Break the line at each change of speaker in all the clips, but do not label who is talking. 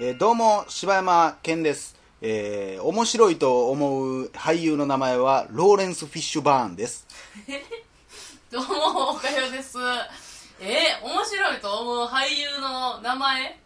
えーどうも柴山健です、えー面白いと思う俳優の名前はローレンス・フィッシュバーンです
どうも、おかよです。えー、面白いと思う俳優の名前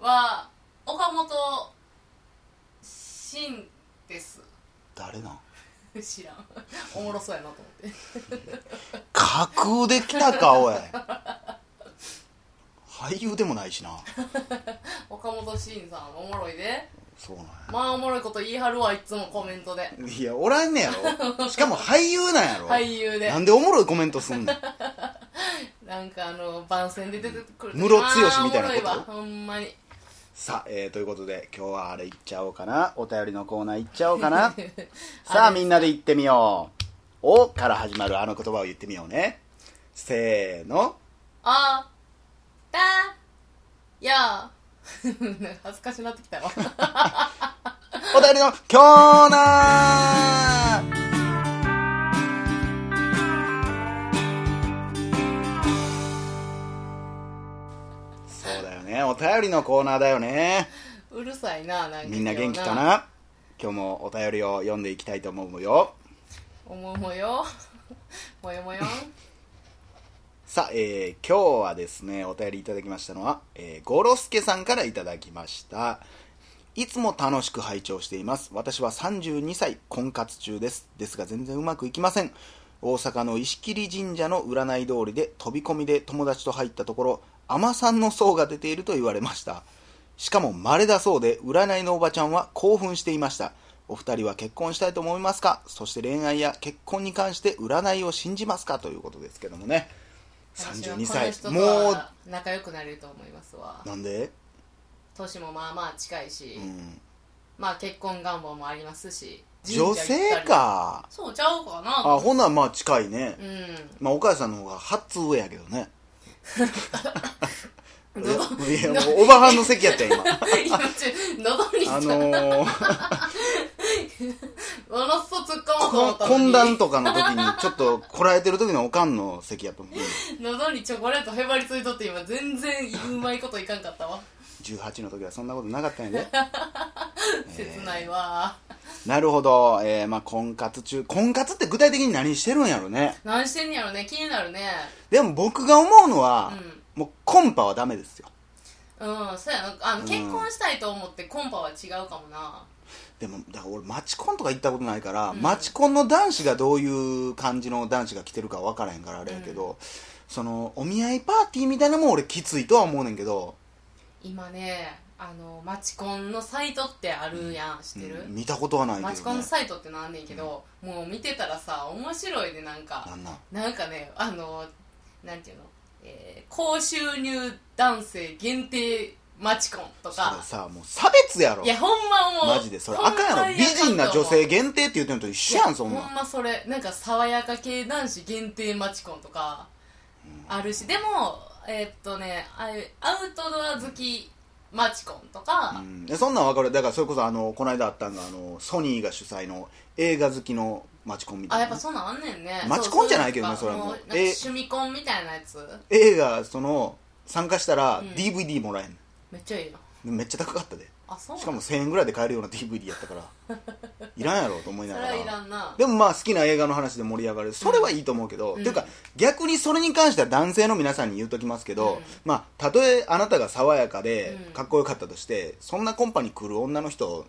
は、岡本慎です。
誰なん
知らん。おもろそうやなと思って。
架空できたかおい俳優でもないしな
岡本慎さん、おもろいで。
そうなんや
まあ、おもろいこと言い張るわ、いつもコメントで。
いやおらんねやろしかも俳優なんやろ
俳優で
なんでおもろいコメントすんの
なんかあの、番宣で出てくる。
ムロツヨシみたいなこと
まあおもろいわ、ほんまに。
さあ、えーということで今日はあれいっちゃおうかなお便りのコーナーいっちゃおうか なさあみんなで言ってみよう「お」から始まるあの言葉を言ってみようねせーの
あ、た、や、 なんか恥ずかしなってきたわ。
お便りのコーナーそうだよねお便りのコーナーだよね
うるさいな、なんか。
みんな元気かな今日もお便りを読んでいきたいと思うよ
思うもよ もよも よ
さあ、えー今日はですね、お便りいただきましたのは、えー、ゴロスケさんからいただきました。いつも楽しく拝聴しています。私は32歳、婚活中です。ですが全然うまくいきません。大阪の石切神社の占い通りで飛び込みで友達と入ったところ、尼さんの層が出ていると言われました。しかも稀だそうで、占いのおばちゃんは興奮していました。お二人は結婚したいと思いますかそして恋愛や結婚に関して占いを信じますかということですけどもね。32歳
私はこの人と
も
は仲良くなれると思いますわ
うなんで、
年もまあまあ近いし、
うん、
まあ結婚願望もありますし
女性
神社行ったり
か
そうちゃうかな
あほなまあ近いね
う、ん
まあお母さんの方が初上やけどねい
どう
やもうおばはんの席やったよ今
今ちょ喉に
あのー、
ものっそ突っ込も
こ
うと思
懇
ったの
談
に
とかの時にちょっとこらえてる時のおかんの席やったもん
喉にチョコレートへばりついとって今全然うまいこといかんかったわ
18の時はそんなことなかったんやで
切ないわ
なるほど、えーまあ、婚活中婚活って具体的に何してるんやろね
何してんねやろね気になるね
でも僕が思うのは、もうコンパはダメですよ
うんそうやなあの結婚したいと思ってコンパは違うかもな
でもだから俺マチコンとか行ったことないから、マチコンの男子がどういう感じの男子が来てるか分からへんからあれやけど、そのお見合いパーティーみたいなのも俺きついとは思うねんけど、
今ねあのマチコンのサイトってあるやん、知ってる、
うん見たことはないけど、ね、
マチコンのサイトってなんねんけど、もう見てたらさ面白いでなん
な
か
んなん
なんかねあのなんていうの、えー高収入男性限定マチコンと
それ
か
さもう差別やろ
いやほんま思う
マジでそれあかんやろ美人な女性限定って言ってんのと一緒
や
やんそんな
ほんまそれなんか爽やか系男子限定マチコンとかあるし、でもえーっとねああいうアウトドア好きマチコンとか、
うんでそんなん分かるだからそれこそあのこの間あったんがあのソニーが主催の映画好きのマチコンみたいな
あやっぱそんなんあんね んね
マチコンじゃないけどね
うう
それはもう
なんか
え
趣味コンみたいなやつ
映画その参加したら DVD もらえんねん、
めっちゃいいな
でめっちゃ高かったで
あそうな
しか
の
も1000円ぐらいで買えるような DVD やったからいらんやろと思い
そ
な
れ
がら
はいらんな
でもまあ好きな映画の話で盛り上がるそれはいいと思うけど、
うん
っていうか逆にそれに関しては男性の皆さんに言うときますけど、
うん
まあたとえあなたが爽やかで
うん
かっこよかったとしてそんなコンパに来る女の人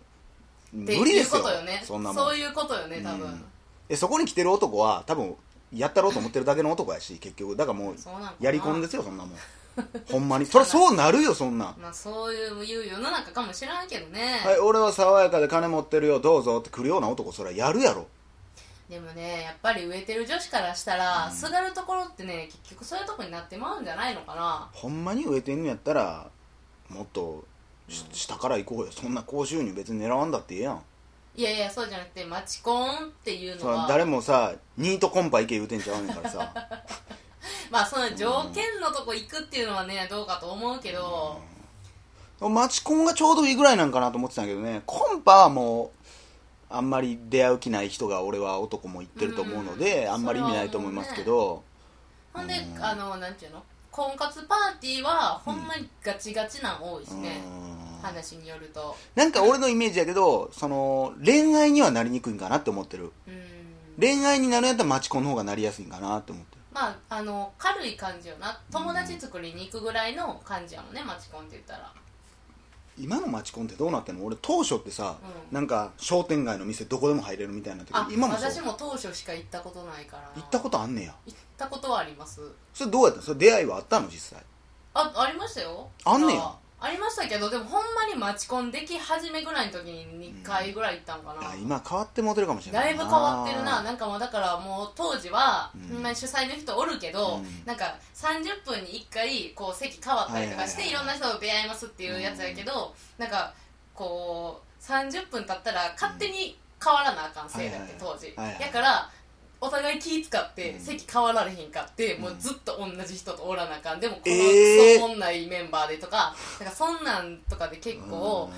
無
って
理です
いう
よ
ことよね
そんなもん
ういうことよね多分、
うんえそこに来てる男は多分やったろうと思ってるだけの男やし結局だからもう
そうなんかな
やり込んですよそんなもんほんまにそりゃそうなるよそんなん
まあそういういう世の中かもしらんけどね、
はい、俺は爽やかで金持ってるよどうぞって来るような男それはやるやろ
でもねやっぱり植えてる女子からしたら、すがるところってね結局そういうとこになってまうんじゃないのかな
ほんまに植えてんのやったらもっとし下から行こうよそんな高収入別に狙わんだってええやん
いやいやそうじゃなくてマチコンっていうの
それ
は
誰もさニートコンパ行け言うてんちゃうねんからさ
まあその条件のとこ行くっていうのはねどうかと思うけど、
マチコンがちょうどいいぐらいなんかなと思ってたんやけどねコンパはもうあんまり出会う気ない人が俺は男も行ってると思うので、
うん
あんまり意味ないと思いますけど
ほんで、あのなんていうの婚活パーティーはほんまにガチガチなん多いしね、
うん
話によると
なんか俺のイメージやけどその恋愛にはなりにくいんかなって思ってる
うん
恋愛になるんやったらマチコンの方がなりやすいんかなって思ってる
まああの軽い感じよな友達作りに行くぐらいの感じやもんねマチコンって言ったら
今のマチコンってどうなってんの俺当初ってさ、
うん
なんか商店街の店どこでも入れるみたいになってる
あ
けど今もそう
私も当初しか行ったことないから
行ったことあんねや
行ったことはあります
それどうやったのそれ出会いはあったの実際
あありましたよ
あんねや
あありましたけどでもほんまにマチコンでき始めぐらいの時に2回ぐらい行ったんかな、
あ今変わってもうてるかもしれない
だいぶ変わってるな
な
なんかもうだからもう当時は、
うん
ほんまに主催の人おるけど、
うん
なんか30分に1回こう席変わったりとかして、
はいいはいはい
ろんな人と出会いますっていうやつやけど、なんかこう30分経ったら勝手に変わらなあかんせいだって、
はいはいはい
当時、
はいはい
だからお互い気使って
うん
席変わられへんかって、
うん
もうずっと同じ人とおらなあかんでもこの
えー
クソおもんないメンバーでとか,、なんかそんなんとかで結構、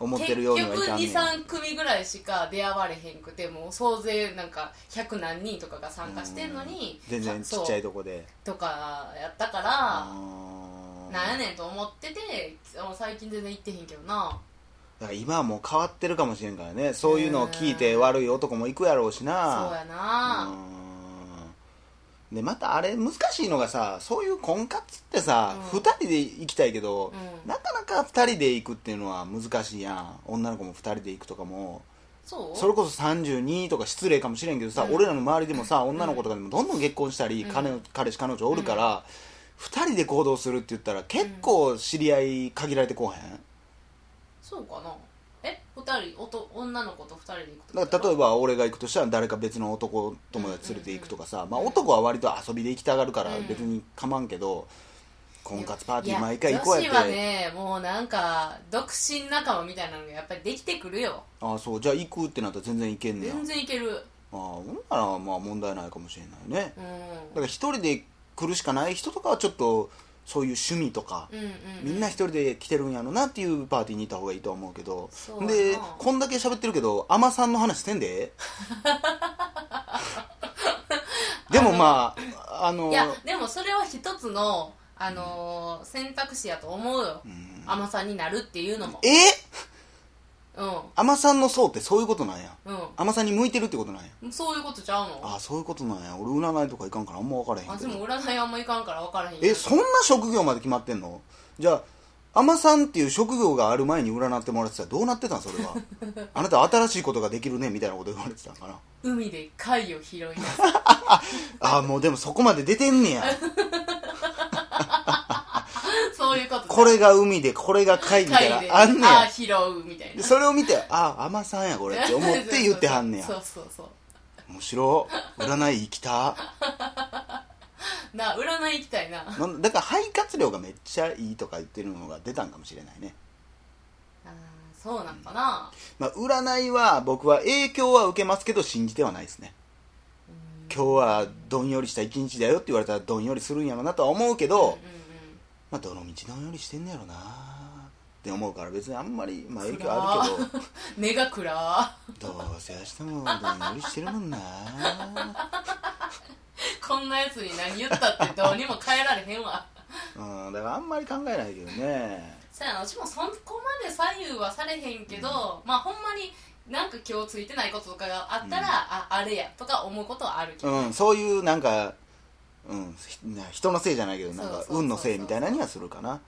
思ってるようにはいかんね
結
や
局23組ぐらいしか出会われへんくてもう総勢なんか100何人とかが参加してんのに
うん全然ちっちゃい
と
とこで
とかやったから
あー
なんやねんと思っててもう最近全然行ってへんけどな
だから今はもう変わってるかもしれんからねそういうのを聞いて悪い男も行くやろうしな
そうやな
うんでまたあれ難しいのがさそういう婚活ってさ、
う
二
ん
2人で行きたいけど、
うん
なかなか2人で行くっていうのは難しいやん女の子も2人で行くとかも
そう
それこそ32とか失礼かもしれんけどさ、
うん
俺らの周りでもさ女の子とかでもどんどん結婚したり、
うん
彼彼氏彼女おるから、二2人で行動するって言ったら結構知り合い限られてこうへん、
そうかなえ2人おと女の子と2人で行く
だ
って
から
こと
例えば俺が行くとしたら誰か別の男友達連れて行くとかさ、まあ、男は割と遊びで行きたがるから
うん
別に構わんけど、婚活パーティー
いや
毎回行こう
女
やっ
子は
て、
ねもうなんか独身仲間みたいなのがやっぱりできてくるよ
ああそうじゃあ行くってなったら全然行けんねや
全然いける
ああほんならまあ問題ないかもしれないね
うん
だから一人で来るしかない人とかはちょっとそういう趣味とか、
うんうんうん
みんな一人で来てるんやろなっていうパーティーに行った方がいいとは思うけど
そうやな
でこんだけ喋ってるけど海女さんの話してん ででもまああの
いやでもそれは一つの、あのー選択肢やと思うよ
うん
海女さんになるっていうのも
え
うん
海女さんの層ってそういうことなんや
う
海女さんに向いてるってことなんや
んそういうことちゃうの
ああそういうことなんや俺占いとか行かんからあんま分からへんけ
私
ど
も占いあんま行かんから分からへん
えそんな職業まで決まってんのじゃあ海女さんっていう職業がある前に占ってもらってたらどうなってたんそれ はあなた新しいことができるねみたいなこと言われてたんかな
海で貝を拾い なさい
ああもうでもそこまで出てんねや
そういうこと
これが海でこれが海みた
貝
い
で
なあんね
あ
や
拾うみたい
で
な
それを見てああ海女さんやこれって思って言ってはんね
そう
や
そうそう
面白い占い行きた
な占い行きたいな
なんだから肺活量がめっちゃいいとか言ってるのが出たんかもしれないね、
あーそうなんかな
まあ、占いは僕は影響は受けますけど信じてはないですね
うん
今日はどんよりした一日だよって言われたらどんよりするんやろなとは思うけど、
う
まあどの道どんよりしてんねやろなって思うから別にあんまり、まあ、
んうんうん
影響あるけど
ど根が暗ー
どうせ明日もどんよりしてるもんな
こんなやつに何言ったってどうにも変えられへんわ
うんだからあんまり考えないけどね
そうやなうちもそこまで左右はされへんけど、まあほんまになんか今日ついてないこととかがあったら、
うん
ああれやとか思うことはあるけど、
うんそういうなんかうんひな人のせいじゃないけどなん
そう
か
そうそうそう
運のせいみたいなにはするかな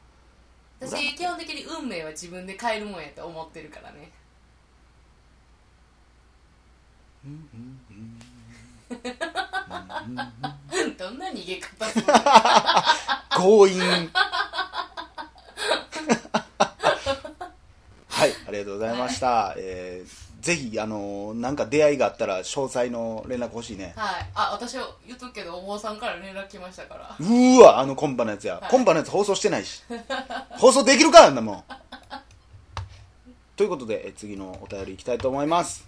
私基本的に運命は自分で変えるもんやと思ってるからねどんな逃げ方するの
強 引はいありがとうございました、えーぜひあのーなんか出会いがあったら詳細の連絡欲しいね
はいあ私は言っとくけどお坊さんから連絡来ましたから
うーわあのコンパのやつや、
はい
コンパのやつ放送してないし放送できるかあんなもんということでえー次のお便りいきたいと思います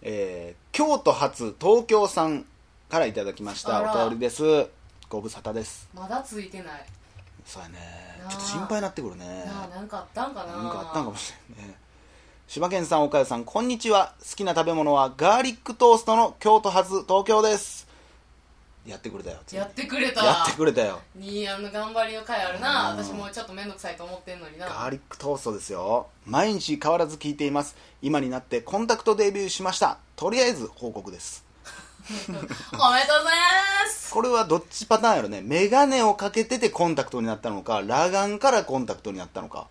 えー京都発東京さんからいただきまし
あ
た
ら
お便りですご無沙汰です
まだついてない
そうやね
なあ
ちょっと心配になってくるね
なあなんかあったんかな
なんかあったんかもしれないね柴犬さん岡谷さんこんにちは好きな食べ物はガーリックトーストの京都発東京ですやってくれたよついに
やってくれた
やってくれたよ
にあの頑張りの回あるな
うん
私もうちょっと面倒くさいと思ってんのにな
ガーリックトーストですよ毎日変わらず聞いています今になってコンタクトデビューしましたとりあえず報告です
おめでとうございます
これはどっちパターンやろねメガネをかけててコンタクトになったのか裸眼からコンタクトになったのか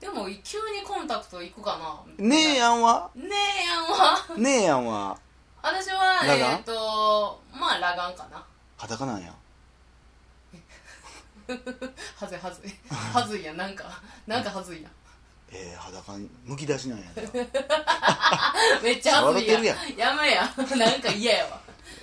でも急にコンタクト行くかな
ねえやんは
ねえやんは
ねえやんは
私は
裸眼
えっ、とまあ裸眼かな
裸なんや
はずいはず いはずいやんなんかなんかはずいやん
えー、裸にむき出しなんやな
めっちゃはずいやん
笑
や
っ
めや なんか嫌やわ、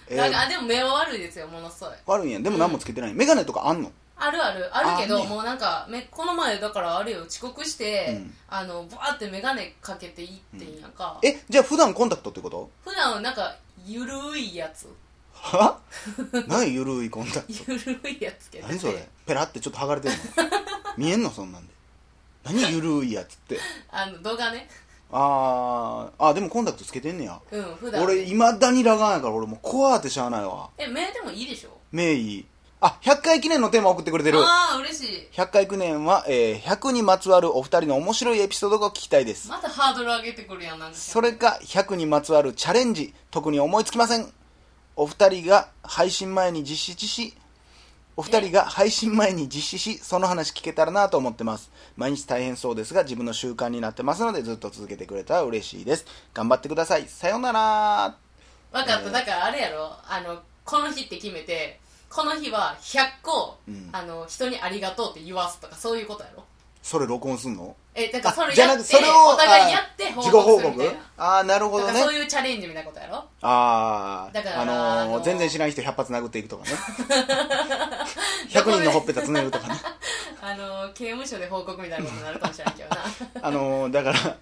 えー
なんかあでも目は悪いですよものすごい
悪いんやでも何もつけてない、メガネとかあんの
あるあるあるけ
あ
ど
ね
もうなんかめこの前だからあれよ遅刻して、
うん
あのバーって眼鏡かけていってんやんか、
えじゃあ普段コンタクトってこと
普段はなんかゆるいやつ
は何ゆるいコンタクト
ゆるいやつけど
何それペラってちょっと剥がれてる の見えんのそんなんで何ゆるいやつって
あの動画ね
あーあでもコンタクトつけてんねや
うん普段
俺いまだに裸眼やから俺もう怖ってしゃあないわ
え目でもいいでしょ
名医あ100回記念のテーマ送ってくれてる
ああ嬉しい
100回記念は、えー100にまつわるお二人の面白いエピソードが聞きたいです
またハードル上げてくるやんなんか
それか100にまつわるチャレンジ特に思いつきませんお二人が配信前に実施しお二人が配信前に実施しその話聞けたらなと思ってます毎日大変そうですが自分の習慣になってますのでずっと続けてくれたら嬉しいです頑張ってくださいさようなら
分かった、
えー
だからあれやろあのこの日って決めてこの日は100個、
うん
あの人にありがとうって言わすとかそういうことやろ
それ録音すんの
えだからそれ
じゃ
や
な
っ
くて
て
それを
お互いやって報
自己報
告するみ
告
たいな
ああなるほど
だか
ね
らそういうチャレンジみたいなことやろ
ああ
だから
あのー
あのー
全然知らない人100発殴っていくとか ね100人のほっぺたつねるとかね
あの刑務所で報告みたいなことになるかもしれないけどな
あのーだから、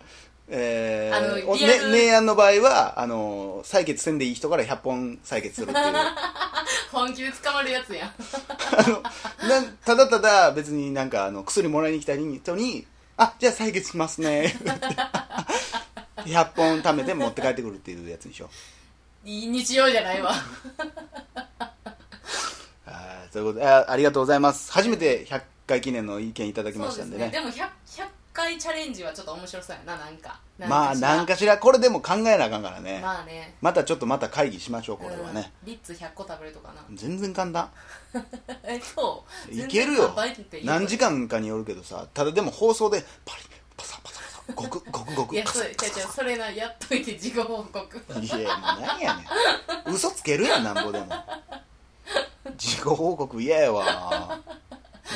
え
あ
ー、
の
お
リアル
ね、明暗の場合はあのー採血せんでいい人から100本採血するっていう
本気で捕まるやつやん
なんただただ別になんかあの薬もらいに来た人に「あじゃあ採血しますね」100本貯めて持って帰ってくるっていうやつでしょ
いい日曜じゃないわ
あーということであありがとうございます初めて100回記念の意見いただきましたんでね
でも 100, 100回チャレンジはちょっと面白そうやななんか
まあ
し
何かしらこれでも考えなあかんからね、
まあね
またちょっとまた会議しましょうこれはね、
うん、リッツ100個食べるとかな
全然簡単
えそう
いけるよ何時
間
間かによるけどさただでも放送でパリパサパサパサごくごくご
い
く
や
パ
そ
サ
うちゃうちゃうそれなやっといて自己報告
いやもう何やねん嘘つけるやんなんぼでも自己報告嫌やわな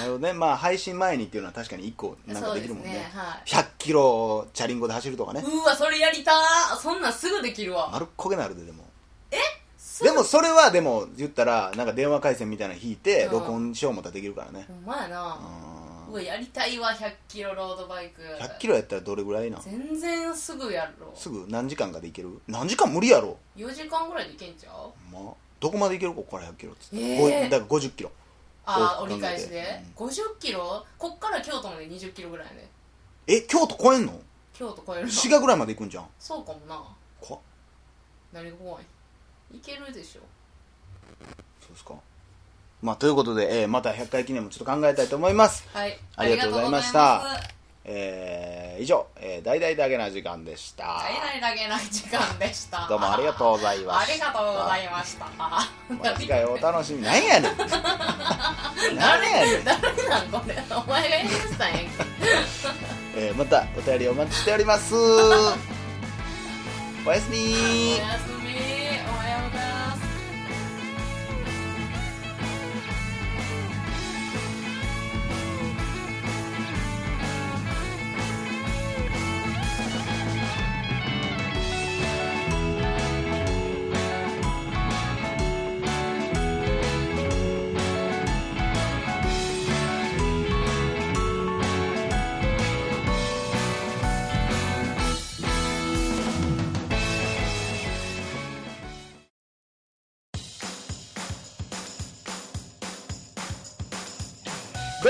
るほどねまあ配信前にっていうのは確かに1個 なんかできるもんね
そうですねはい
100キロチャリンコで走るとかね
うわそれやりたーそんなんすぐできるわ
丸っこげなるででも
す
でもそれはでも言ったらなんか電話回線みたいなの引いて
うん
録音しようもたらできるからね
ほんまや
う
な、うんわやりたいわ100キロロードバイク
100キロやったらどれぐらいなん
全然すぐやろ
すぐ何時間かでいける何時間無理やろ
4時間ぐらいでいけんちゃう
ほんまどこまでいけるここから100キロっつって、
えー
ごだから50キロ
あ
往
あ
復
折り返し
考え
で
て、
50キロこっから京都まで20キロぐらいやね
え京都超えんの
京都超えるの
滋賀ぐらいまで行くんじゃん
そうかもな
こわ
何が怖いいけるでしょ
そうですかまあということで、えーまた100回記念もちょっと考えたいと思います
はい
ありがとうございましたえー以上、えー、大々だけな時間でした
大々だけな時間でした
どうもありがとうございま
あ
した
りがとうござい ました
また次回お楽しみなんやね んなんやねん、
誰なんこれお前がやりましたんやんけ
えーまたお便りお待ちしておりますおやすみ
おやすみおはようございます
ど